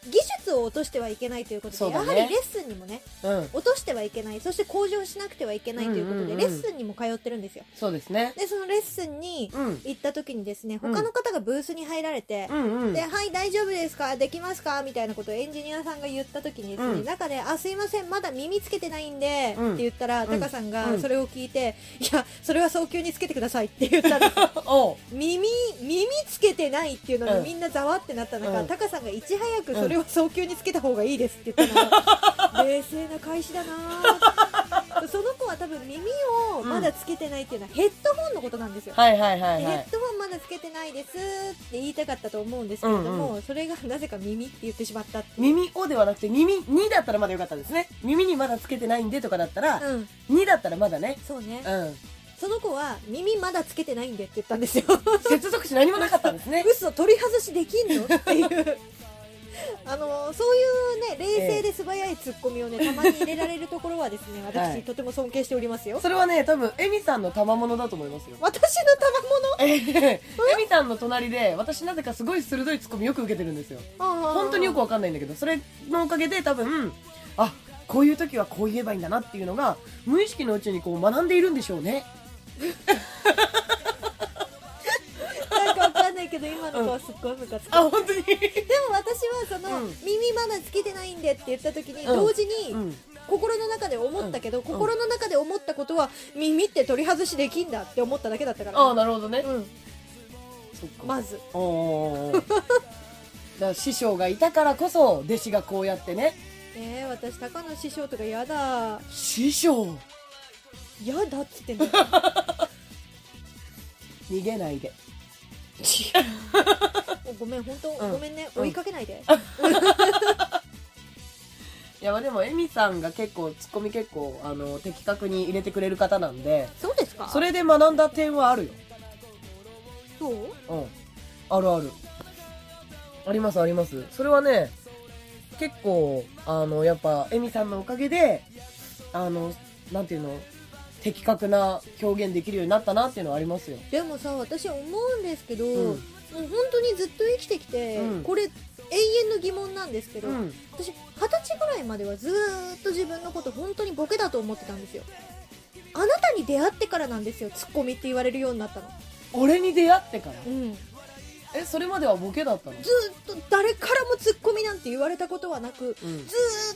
[SPEAKER 1] 技術を落としてはいけないということ
[SPEAKER 2] そ
[SPEAKER 1] で、
[SPEAKER 2] う
[SPEAKER 1] や
[SPEAKER 2] だ
[SPEAKER 1] は
[SPEAKER 2] ね
[SPEAKER 1] りレッスンにもね
[SPEAKER 2] うん。
[SPEAKER 1] 落としてはいけないそして向上しなくてはいけないということで、
[SPEAKER 2] うんうんうん
[SPEAKER 1] レッスンにも通ってるんですよ
[SPEAKER 2] そうですね。
[SPEAKER 1] でそのレッスンに
[SPEAKER 2] うん。
[SPEAKER 1] 行った時にですね
[SPEAKER 2] うん
[SPEAKER 1] 他の方がブースに入られて
[SPEAKER 2] う、んうん
[SPEAKER 1] で、。はい、大丈夫ですかできますかみたいなことをエンジニアさんが言った時にですね、
[SPEAKER 2] うん
[SPEAKER 1] 中で、あ、すいません、まだ耳つけてないんで、
[SPEAKER 2] うん
[SPEAKER 1] って言ったら、
[SPEAKER 2] うん
[SPEAKER 1] タカさん
[SPEAKER 2] う
[SPEAKER 1] が
[SPEAKER 2] ん
[SPEAKER 1] それを聞いて、いや、それは早急につけてくださいって言ったら、
[SPEAKER 2] おう
[SPEAKER 1] 耳、耳つけてないっていうの
[SPEAKER 2] う
[SPEAKER 1] に
[SPEAKER 2] ん
[SPEAKER 1] みんなざわってなった中、
[SPEAKER 2] うん
[SPEAKER 1] タカさんがいち早くそれは早急につけた方がいいですって言ったのが、冷静な返し
[SPEAKER 2] (laughs)
[SPEAKER 1] だなぁその子は多分耳をまだつけてないっていうのはヘッドホンのことなんですよ。
[SPEAKER 2] はいはいはい
[SPEAKER 1] ヘ
[SPEAKER 2] はい
[SPEAKER 1] ッ。ドホンまだつけてないですって言いたかったと思うんですけれども、
[SPEAKER 2] うん
[SPEAKER 1] それがなぜか耳って言ってしまったっていう。
[SPEAKER 2] 耳をではなくて耳にだったらまだよかったですね耳にまだつけてないんでとかだったら、
[SPEAKER 1] うん、
[SPEAKER 2] にだったらまだね
[SPEAKER 1] そうね
[SPEAKER 2] う。ん
[SPEAKER 1] その子は耳まだつけてないんでって言ったんですよ。
[SPEAKER 2] 接続詞何もなかったんで
[SPEAKER 1] (laughs)
[SPEAKER 2] すね
[SPEAKER 1] 嘘取り外しできんのっていう。あのそういうね冷静で素早いツッコミをねたまに入れられるところはですね私、
[SPEAKER 2] はい
[SPEAKER 1] とても尊敬しておりますよ
[SPEAKER 2] それはね多分エミさんの賜物だと思いますよ
[SPEAKER 1] 私の
[SPEAKER 2] えへへ (laughs) エミさんの隣で私なぜかすごい鋭いツッコミよく受けてるんですよ
[SPEAKER 1] たまもの
[SPEAKER 2] 本当によくわかんないんだけどそれのおかげで多分あこういう時はこう言えばいいんだなっていうのが無意識のうちにこう学んでいるんでしょうね
[SPEAKER 1] なんかわかんないけど今の子はすっごいムカつく、
[SPEAKER 2] あ本当
[SPEAKER 1] でも
[SPEAKER 2] に
[SPEAKER 1] 私はその、
[SPEAKER 2] うん
[SPEAKER 1] 耳まだつけてないんでって言った時に、
[SPEAKER 2] うん
[SPEAKER 1] 同時に、
[SPEAKER 2] うん
[SPEAKER 1] 心の中で思ったけど、心の中で思ったことは耳って取り外しできんだって思っただけだったから、
[SPEAKER 2] ああ、なるほどね。
[SPEAKER 1] う
[SPEAKER 2] そっか
[SPEAKER 1] ん、まず
[SPEAKER 2] おーおーおーだから師匠がいたからこそ弟子がこうやってね
[SPEAKER 1] えー、私高野師匠とかやだ
[SPEAKER 2] 師匠
[SPEAKER 1] やだっつってんの違う
[SPEAKER 2] 逃げないで
[SPEAKER 1] (laughs) ごめん本当、
[SPEAKER 2] うん
[SPEAKER 1] ごめんね
[SPEAKER 2] うん
[SPEAKER 1] 追いかけないで、
[SPEAKER 2] いやまあでもエミさんが結構ツッコミ結構あの的確に入れてくれる方なんで
[SPEAKER 1] そうですか
[SPEAKER 2] それで学んだ点はあるよ
[SPEAKER 1] そう
[SPEAKER 2] うんあるあるありますありますそれはね結構あのやっぱエミさんのおかげであのなんていうの的確な表現できるようになったなっていうのはありますよ
[SPEAKER 1] でもさ私思うんですけど、
[SPEAKER 2] うん
[SPEAKER 1] もう本当にずっと生きてきて、
[SPEAKER 2] うん
[SPEAKER 1] これ永遠の疑問なんですけど、
[SPEAKER 2] うん
[SPEAKER 1] 私二十歳ぐらいまではずーっと自分のこと本当にボケだと思ってたんですよあなたに出会ってからなんですよツッコミって言われるようになったの
[SPEAKER 2] 俺に出会ってから
[SPEAKER 1] うんず
[SPEAKER 2] えそれまではボケだったの
[SPEAKER 1] ーっと誰からもツッコミなんて言われたことはなく
[SPEAKER 2] うん
[SPEAKER 1] ず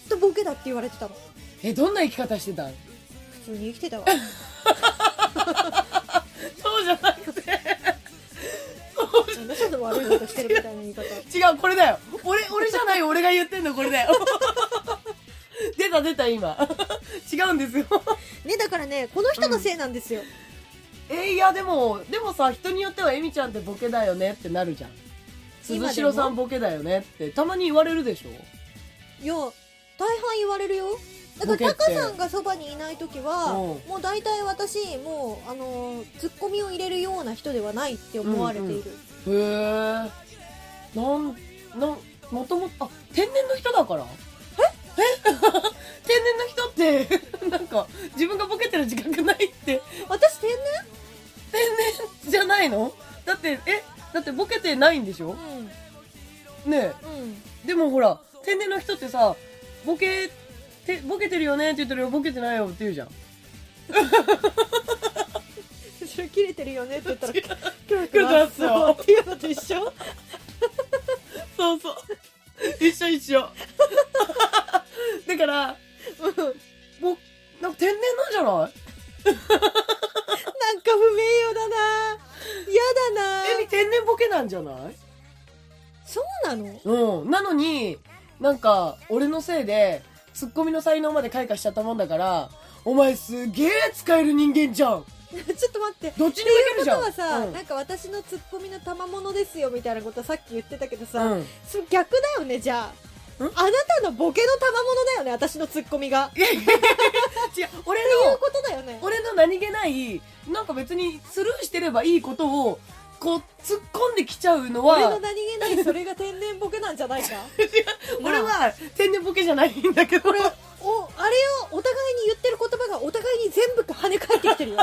[SPEAKER 1] ーっとボケだって言われてたの
[SPEAKER 2] えどんな生き方してたん
[SPEAKER 1] 普通に生きてた
[SPEAKER 2] (laughs)
[SPEAKER 1] わ
[SPEAKER 2] そうじゃなくて
[SPEAKER 1] なんだその悪いことしてるみたいな言い方
[SPEAKER 2] 違うこれだよ俺俺じゃない俺が言ってんのこれだよ (laughs) 出た出た今 (laughs) 違うんですよ
[SPEAKER 1] ねだからねこの人のせいなんですよ、
[SPEAKER 2] えいやでもでもさ人によってはエミちゃんってボケだよねってなるじゃん
[SPEAKER 1] 今でも
[SPEAKER 2] 鈴代さんボケだよねってたまに言われるでしょ
[SPEAKER 1] いや大半言われるよだか
[SPEAKER 2] ボケ
[SPEAKER 1] ら
[SPEAKER 2] っ
[SPEAKER 1] タ
[SPEAKER 2] て
[SPEAKER 1] カさんがそばにいない時は
[SPEAKER 2] う
[SPEAKER 1] もう大体私もうあのーツッコミを入れるような人ではないって思われている、
[SPEAKER 2] へえなんなんもともとあ天然の人だから (laughs) ええ天然の人って (laughs) なんか自分がボケてる自覚ないって
[SPEAKER 1] 私天
[SPEAKER 2] 天然じゃないのだってえだってボケてないんでしょ
[SPEAKER 1] 然
[SPEAKER 2] ね
[SPEAKER 1] うんうん
[SPEAKER 2] えでもほら天然の人ってさボケてボケてるよねって言ってるよボケてないよって言うじゃん
[SPEAKER 1] 後ろ切れてるよねって言ったらキョロキ
[SPEAKER 2] キョ
[SPEAKER 1] ョ
[SPEAKER 2] ロキョロ
[SPEAKER 1] ロ
[SPEAKER 2] っ
[SPEAKER 1] す
[SPEAKER 2] す
[SPEAKER 1] よ
[SPEAKER 2] よ
[SPEAKER 1] っていうのと一緒
[SPEAKER 2] そうそう。一緒一緒。 (laughs) だから、もう、なんか天然なんじゃな
[SPEAKER 1] な
[SPEAKER 2] い
[SPEAKER 1] んか不名誉だな嫌だな
[SPEAKER 2] エミ天然ボケなんじゃない
[SPEAKER 1] そうなの (laughs)
[SPEAKER 2] うん。なのに、なんか、俺のせいで、ツッコミの才能まで開花しちゃったもんだから、お前すげえ使える人間じゃん
[SPEAKER 1] ちょっと待って
[SPEAKER 2] どっちにもい
[SPEAKER 1] ってい
[SPEAKER 2] ける
[SPEAKER 1] う
[SPEAKER 2] じ
[SPEAKER 1] こ
[SPEAKER 2] ゃん
[SPEAKER 1] とはさ、
[SPEAKER 2] うん
[SPEAKER 1] なんか私のツッコミの賜物ですよみたいなことさっき言ってたけど
[SPEAKER 2] (laughs)
[SPEAKER 1] さ、
[SPEAKER 2] うん。
[SPEAKER 1] そ逆だよねじゃああなたのボケの賜物だよね私のツッコミがっていう
[SPEAKER 2] 違う、俺の、
[SPEAKER 1] ことだよね
[SPEAKER 2] 俺の何気ない、なんか別にスルーしてればいいことを、こう、突っ込んできちゃうのは、
[SPEAKER 1] 俺の何気ないそれが天然ボケなんじゃ
[SPEAKER 2] (laughs)
[SPEAKER 1] ないか
[SPEAKER 2] 俺は天然ボケじゃないんだけど。
[SPEAKER 1] おあれをお互いに言ってる言葉がお互いに全部跳ね返ってきてるよ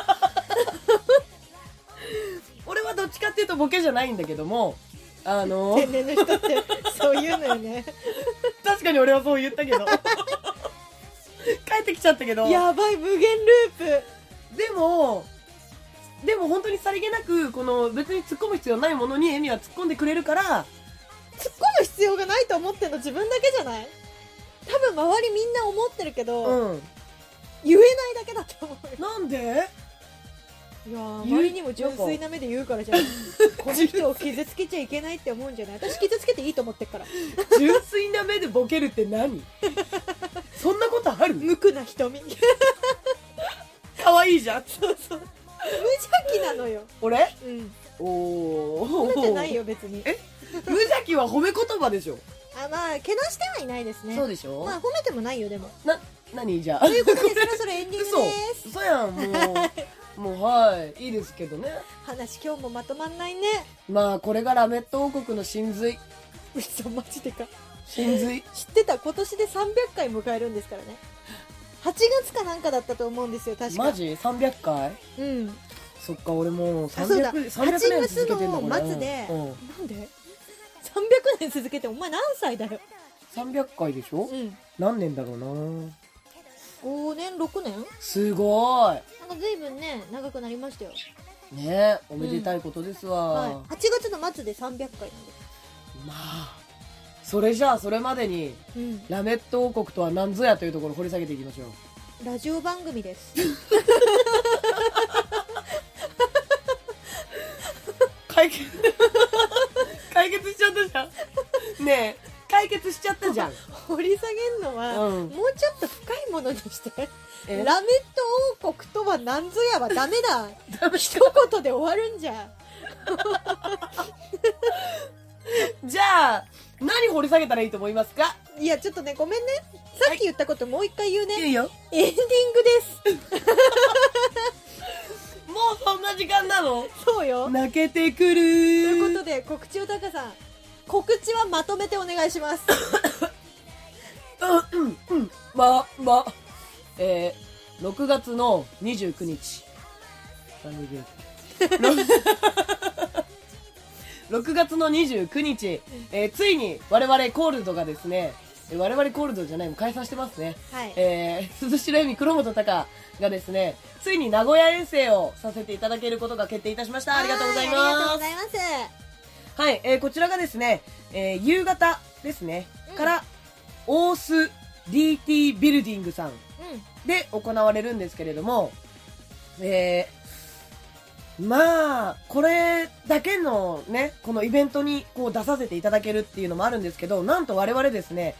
[SPEAKER 2] 俺はどっちかっていうとボケじゃないんだけども、あの、 (laughs)
[SPEAKER 1] 天然の人ってそういうのよね
[SPEAKER 2] 確かに俺はそう言ったけど。 (laughs) 帰ってきちゃったけど。
[SPEAKER 1] やばい無限ループ
[SPEAKER 2] でも、でも本当にさりげなく、この別に突っ込む必要ないものにエミは突っ込んでくれるから、
[SPEAKER 1] 突っ込む必要がないと思ってるの自分だけじゃない多分周りみんな思ってるけど、
[SPEAKER 2] うん。
[SPEAKER 1] 言えないだけだと思うよ
[SPEAKER 2] なんで
[SPEAKER 1] いやー
[SPEAKER 2] 言う
[SPEAKER 1] 周りにも純粋な目で言うからじゃんこの人を傷つけちゃいけないって思うんじゃない私傷つけていいと思ってっから
[SPEAKER 2] 純粋な目でボケるって何 (laughs) そんなことある
[SPEAKER 1] 無垢な瞳 (laughs) 無
[SPEAKER 2] 可愛いじゃん。
[SPEAKER 1] 邪気なのよ
[SPEAKER 2] 俺
[SPEAKER 1] うん
[SPEAKER 2] お (laughs) ー。
[SPEAKER 1] 褒めてないよ別に
[SPEAKER 2] え無邪気は褒め言葉でしょ。
[SPEAKER 1] あまあけなしてはいないですね
[SPEAKER 2] でしょ
[SPEAKER 1] まあ褒めてもないよでも
[SPEAKER 2] な、何じゃあ。
[SPEAKER 1] ということでそろそろエンディングで
[SPEAKER 2] 嘘
[SPEAKER 1] す
[SPEAKER 2] 嘘やんも
[SPEAKER 1] (laughs)
[SPEAKER 2] うもうはいいいですけどね
[SPEAKER 1] 話今日もまとまんないね
[SPEAKER 2] まあこれがラメット王国の真髄
[SPEAKER 1] 嘘マジでか
[SPEAKER 2] 真髄
[SPEAKER 1] 知ってた今年で300回迎えるんですからね8月かなんかだったと思うんですよ確か
[SPEAKER 2] マジ300回
[SPEAKER 1] うんな
[SPEAKER 2] そっか俺もう
[SPEAKER 1] あそうだ
[SPEAKER 2] 300 300年続けてんだこれ
[SPEAKER 1] 8月の末で
[SPEAKER 2] うんうん
[SPEAKER 1] んで300年続けてお前何歳だよ
[SPEAKER 2] 300回でしょ
[SPEAKER 1] うん
[SPEAKER 2] 何年だろうな
[SPEAKER 1] 5年6年
[SPEAKER 2] すご
[SPEAKER 1] なんか随分ね長くなりましたよ、
[SPEAKER 2] いねおめでたいことですわ、
[SPEAKER 1] はい、8月の末で300回なんで
[SPEAKER 2] まあそれじゃあそれまでに
[SPEAKER 1] うん、
[SPEAKER 2] ラメット王国とは何ぞやというところを掘り下げていきましょう
[SPEAKER 1] ラジオ番組です。 (laughs)
[SPEAKER 2] 解決解決しちゃったじゃんねえ解決しちゃったじゃん
[SPEAKER 1] 掘り下げるのは、
[SPEAKER 2] うん
[SPEAKER 1] もうちょっと深いものにして。
[SPEAKER 2] え
[SPEAKER 1] ラメット王国とは何ぞやはダメだ。
[SPEAKER 2] (laughs) ダメ
[SPEAKER 1] 一言で終わるんじゃ。
[SPEAKER 2] じゃあ何掘り下げたらいいと思いますか
[SPEAKER 1] いや、ちょっとね、ごめんね。さっき言ったこともう一回言うね。
[SPEAKER 2] いいよ
[SPEAKER 1] エンディングです。
[SPEAKER 2] もうそんな時間なの (laughs)
[SPEAKER 1] そうよ。
[SPEAKER 2] 泣けてく
[SPEAKER 1] と
[SPEAKER 2] る
[SPEAKER 1] いうことで、告知をタカさん、告知はまとめてお願いし
[SPEAKER 2] (laughs)
[SPEAKER 1] ます。
[SPEAKER 2] うんうんうんままえー、6月の29日6月の29日、えーついに我々コールドがですねえー我々コールドじゃないもう解散してますね、
[SPEAKER 1] はい。
[SPEAKER 2] えー、鈴代恵美黒本隆がですねついに名古屋遠征をさせていただけることが決定いたしましたありがとうございます
[SPEAKER 1] はありがとうございます。
[SPEAKER 2] はい、えーこちらがですね、えー夕方ですね、
[SPEAKER 1] うん
[SPEAKER 2] から、大須 DT ビルディングさん
[SPEAKER 1] うん。
[SPEAKER 2] で行われるんですけれども、えーまあ、これだけのね、このイベントにこう出させていただけるっていうのもあるんですけど、なんと我々ですね、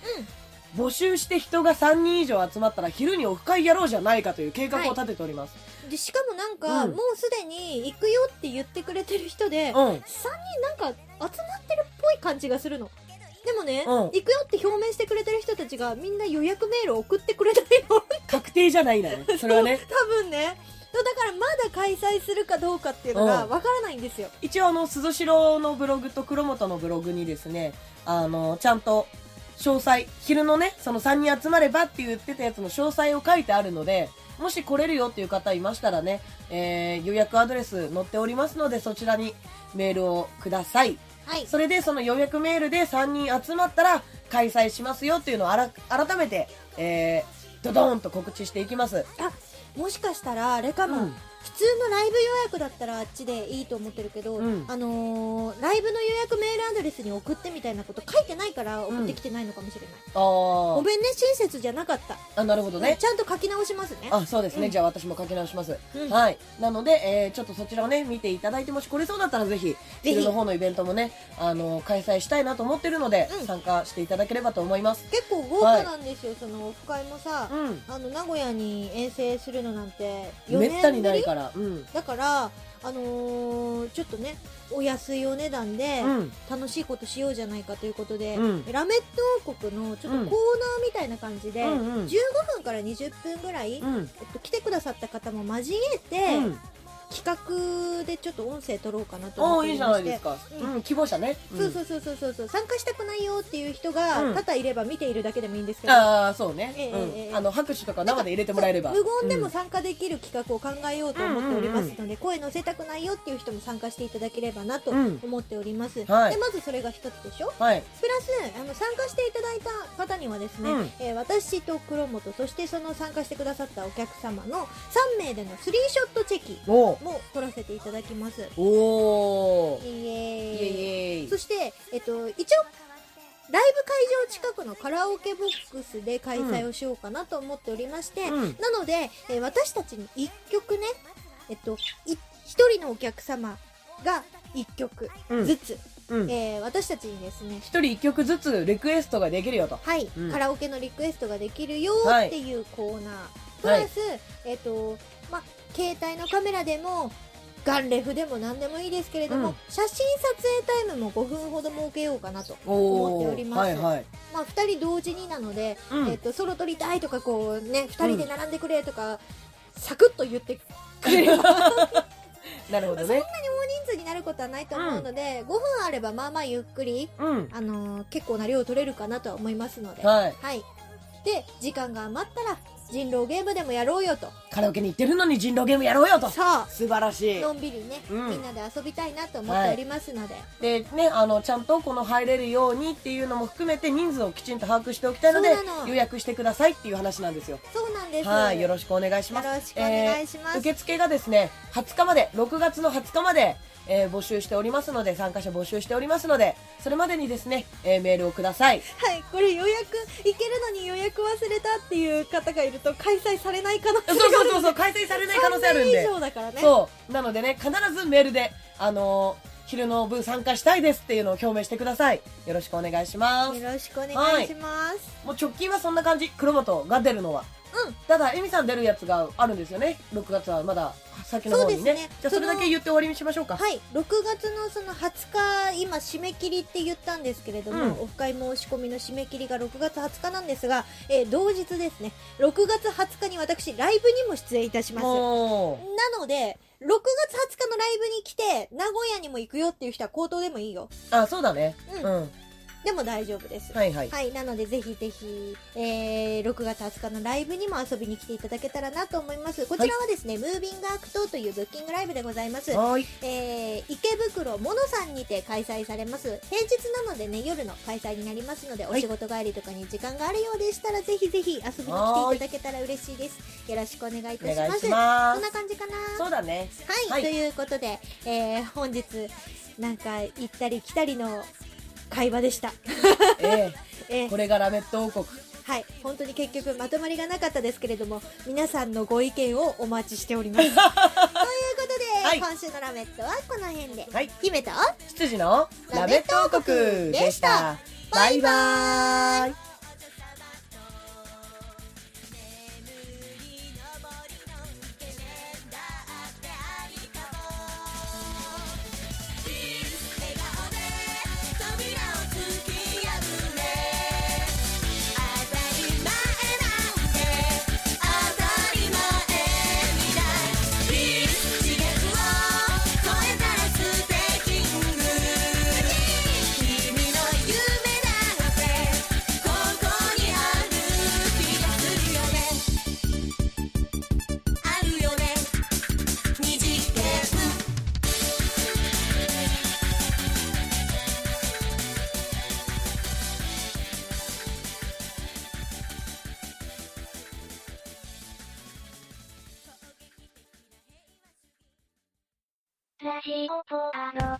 [SPEAKER 2] 募集して人が3人以上集まったら昼にオフ会やろうじゃないかという計画を立てております。
[SPEAKER 1] でしかもなんか、
[SPEAKER 2] うん
[SPEAKER 1] もうすでに行くよって言ってくれてる人で、
[SPEAKER 2] うん
[SPEAKER 1] 3。人なんか集まってるっぽい感じがするのでもね、
[SPEAKER 2] うん
[SPEAKER 1] 行くよって表明してくれてる人たちがみんな予約メールを送ってくれない
[SPEAKER 2] (laughs)
[SPEAKER 1] の
[SPEAKER 2] 確定じゃないなね。それはね。
[SPEAKER 1] 多分ねそうだからまだ開催するかどうかっていうの
[SPEAKER 2] う
[SPEAKER 1] が
[SPEAKER 2] ん
[SPEAKER 1] わからないんですよ、
[SPEAKER 2] 一応あの鈴代のブログと黒本のブログにですねあのちゃんと詳細昼のねその3人集まればって言ってたやつの詳細を書いてあるのでもし来れるよっていう方いましたらね、えー予約アドレス載っておりますのでそちらにメールをください
[SPEAKER 1] はい
[SPEAKER 2] それでその予約メールで3人集まったら開催しますよっていうのをあら改めて、えー、ドドーンと告知していきます
[SPEAKER 1] あもしかしたらあれかも、
[SPEAKER 2] うん
[SPEAKER 1] 普通のライブ予約だったらあっちでいいと思ってるけど、
[SPEAKER 2] うん
[SPEAKER 1] あのーライブの予約メールアドレスに送ってみたいなこと書いてないから送ってきてないのかもしれない、
[SPEAKER 2] あ
[SPEAKER 1] ご
[SPEAKER 2] ー
[SPEAKER 1] めんね親切じゃなかった
[SPEAKER 2] あなるほどね
[SPEAKER 1] ちゃんと書き直しますね
[SPEAKER 2] あそうですね、
[SPEAKER 1] うん
[SPEAKER 2] じゃあ私も書き直します、
[SPEAKER 1] うん
[SPEAKER 2] はいなので、えーちょっとそちらをね見ていただいてもしこれそうだったらぜひ
[SPEAKER 1] ひ
[SPEAKER 2] 昼の方のイベントもねあの開催したいなと思ってるので、
[SPEAKER 1] うん
[SPEAKER 2] 参加していただければと思います
[SPEAKER 1] 結構豪華なんですよ、そのオフ会もさ、
[SPEAKER 2] うん
[SPEAKER 1] あの名古屋に遠征するのなんて4年
[SPEAKER 2] め
[SPEAKER 1] ぶり
[SPEAKER 2] ったにないからうん
[SPEAKER 1] だからあのーちょっとねお安いお値段で
[SPEAKER 2] うん
[SPEAKER 1] 楽しいことしようじゃないかということで、
[SPEAKER 2] うん
[SPEAKER 1] ラメット王国のちょっとコーナーみたいな感じで、
[SPEAKER 2] うんうん
[SPEAKER 1] 15分から20分ぐらい、
[SPEAKER 2] うん
[SPEAKER 1] えっと、来てくださった方も交えて、
[SPEAKER 2] うん、
[SPEAKER 1] 企画でちょっと音声取ろうかなと思
[SPEAKER 2] お
[SPEAKER 1] っ
[SPEAKER 2] ー
[SPEAKER 1] て
[SPEAKER 2] いい
[SPEAKER 1] い
[SPEAKER 2] じゃ
[SPEAKER 1] ま
[SPEAKER 2] ない
[SPEAKER 1] し
[SPEAKER 2] で
[SPEAKER 1] て
[SPEAKER 2] すか、
[SPEAKER 1] う
[SPEAKER 2] うんん希望者ね、うん
[SPEAKER 1] そうそうそうそうそうそう参加したくないよっていう人
[SPEAKER 2] うん
[SPEAKER 1] が多々いれば見ているだけでもいいんですけど、
[SPEAKER 2] ああそうね、
[SPEAKER 1] ええ
[SPEAKER 2] うん
[SPEAKER 1] ええ
[SPEAKER 2] あの拍手とか生で入れてもらえれば
[SPEAKER 1] 無言で
[SPEAKER 2] う
[SPEAKER 1] も
[SPEAKER 2] ん
[SPEAKER 1] 参加できる企画を考えようと思っておりますので、声乗せたくないよっていう人も参加していただければなと
[SPEAKER 2] うん
[SPEAKER 1] 思っております、
[SPEAKER 2] はい
[SPEAKER 1] でまずそれが一つでしょ
[SPEAKER 2] はい
[SPEAKER 1] プラスあの参加していただいた方にはですね、
[SPEAKER 2] うん
[SPEAKER 1] えー私と黒本そしてその参加してくださったお客様の3名でのスリーショットチェキ
[SPEAKER 2] おー
[SPEAKER 1] も取らせていただきます
[SPEAKER 2] お
[SPEAKER 1] イエー
[SPEAKER 2] ーイ
[SPEAKER 1] イ
[SPEAKER 2] エイイエイ
[SPEAKER 1] そして、えっと、一応ライブ会場近くのカラオケボックスで開催をしようかなと思っておりまして、
[SPEAKER 2] うん
[SPEAKER 1] なので、えー私たちに1曲ね、えっと、い1人のお客様が1曲
[SPEAKER 2] うん
[SPEAKER 1] ずつ、
[SPEAKER 2] うん
[SPEAKER 1] えー私たちにですね、
[SPEAKER 2] 一人一曲ずつリクエストができるよと
[SPEAKER 1] はい、
[SPEAKER 2] うん
[SPEAKER 1] カラオケのリクエストができるよ
[SPEAKER 2] はい
[SPEAKER 1] っていうコーナー、プラス、えっと、ま、携帯のカメラでも、ガンレフでも何でもいいですけれども、
[SPEAKER 2] うん
[SPEAKER 1] 写真撮影タイムも5分ほど設けようかなと思
[SPEAKER 2] お
[SPEAKER 1] っ
[SPEAKER 2] ー
[SPEAKER 1] ております。
[SPEAKER 2] はいはい
[SPEAKER 1] まあ、2人同時になので、
[SPEAKER 2] うん
[SPEAKER 1] えっとソロ取りたいとかこう、ね、2人で並んでくれとか、サクッと言ってくれれば
[SPEAKER 2] なるほどね
[SPEAKER 1] 人数になることはないと思うので、5分あればまあまあゆっくり、
[SPEAKER 2] うん
[SPEAKER 1] あのー結構な量取れるかなとは思いますので、
[SPEAKER 2] はい
[SPEAKER 1] はい、で時間が余ったら人狼ゲームでもやろうよと
[SPEAKER 2] カラオケに行ってるのに人狼ゲームやろうよと
[SPEAKER 1] さあ
[SPEAKER 2] 素晴らしい
[SPEAKER 1] のんびりね、
[SPEAKER 2] うん
[SPEAKER 1] みんなで遊びたいなと思っておりますので、
[SPEAKER 2] でねあのちゃんとこの入れるようにっていうのも含めて人数をきちんと把握しておきたいので
[SPEAKER 1] そうなの
[SPEAKER 2] 予約してくださいっていう話なんですよ
[SPEAKER 1] そうなんです
[SPEAKER 2] はい、よろ
[SPEAKER 1] し
[SPEAKER 2] しくお願いします。
[SPEAKER 1] よろしくお願いします
[SPEAKER 2] えー受付がですね、20日まで、6月の20日まで、えー募集しておりますので、参加者募集しておりますので、それまでにですね、えーメールをください。
[SPEAKER 1] くはいこれ予約行けるのに予約忘れたっていう方がいると開催されない可能性
[SPEAKER 2] そう
[SPEAKER 1] が (laughs)
[SPEAKER 2] そうそうそう、開催されない可能性あるん
[SPEAKER 1] 3
[SPEAKER 2] で
[SPEAKER 1] 名以。上だからね
[SPEAKER 2] そう。なのでね、必ずメールで、あのー昼の部参加したいですっていうのを表明してください。よろしくお願いします。
[SPEAKER 1] よろしくお願いします、
[SPEAKER 2] もう直近はそんな感じ、黒本が出るのは。
[SPEAKER 1] うん
[SPEAKER 2] ただ、エミさん出るやつがあるんですよね。6月はまだ先の方に
[SPEAKER 1] そうで
[SPEAKER 2] ね。
[SPEAKER 1] すね
[SPEAKER 2] じゃあ、それだけ言って終わりにしましょうか。
[SPEAKER 1] はい、6月のその20日、今、締め切りって言ったんですけれども、
[SPEAKER 2] うん
[SPEAKER 1] オフ会申し込みの締め切りが6月20日なんですが、えー同日ですね、6月20日に私、ライブにも出演いたします。な
[SPEAKER 2] おー
[SPEAKER 1] ので、6月20日のライブに来て、名古屋にも行くよっていう人は口頭でもいいよ。
[SPEAKER 2] あ、そうだね。
[SPEAKER 1] うん
[SPEAKER 2] うん。
[SPEAKER 1] でも大丈夫です。
[SPEAKER 2] はいはい。
[SPEAKER 1] はい、なのでぜひぜひ、えー、6月20日のライブにも遊びに来ていただけたらなと思います。こちらはですね、ムービングアクトというブッキングライブでございます。
[SPEAKER 2] はーい。
[SPEAKER 1] えー池袋モノさんにて開催されます平日なのでね夜の開催になりますので、
[SPEAKER 2] はい
[SPEAKER 1] お仕事帰りとかに時間があるようでしたらぜひぜひ遊びに来ていただけたら嬉しいですよろしくお願いいた
[SPEAKER 2] お
[SPEAKER 1] し
[SPEAKER 2] 願
[SPEAKER 1] ま
[SPEAKER 2] い
[SPEAKER 1] す
[SPEAKER 2] しま
[SPEAKER 1] こん
[SPEAKER 2] す。
[SPEAKER 1] な感じかな
[SPEAKER 2] そうだね。
[SPEAKER 1] はい、
[SPEAKER 2] はい
[SPEAKER 1] ということで、えー本日なんか行ったり来たりの会話でした、
[SPEAKER 2] え
[SPEAKER 1] え
[SPEAKER 2] え
[SPEAKER 1] ー
[SPEAKER 2] これがラメット王国。
[SPEAKER 1] はい本当に結局まとまりがなかったですけれども皆さんのご意見をお待ちしており
[SPEAKER 2] (laughs)
[SPEAKER 1] ますということで、
[SPEAKER 2] はい
[SPEAKER 1] 今週のラメットはこの辺で、
[SPEAKER 2] はい
[SPEAKER 1] 姫と
[SPEAKER 2] 羊のラメット王国でした。バイバーイ。
[SPEAKER 3] あるよね二次元ラジオポアロ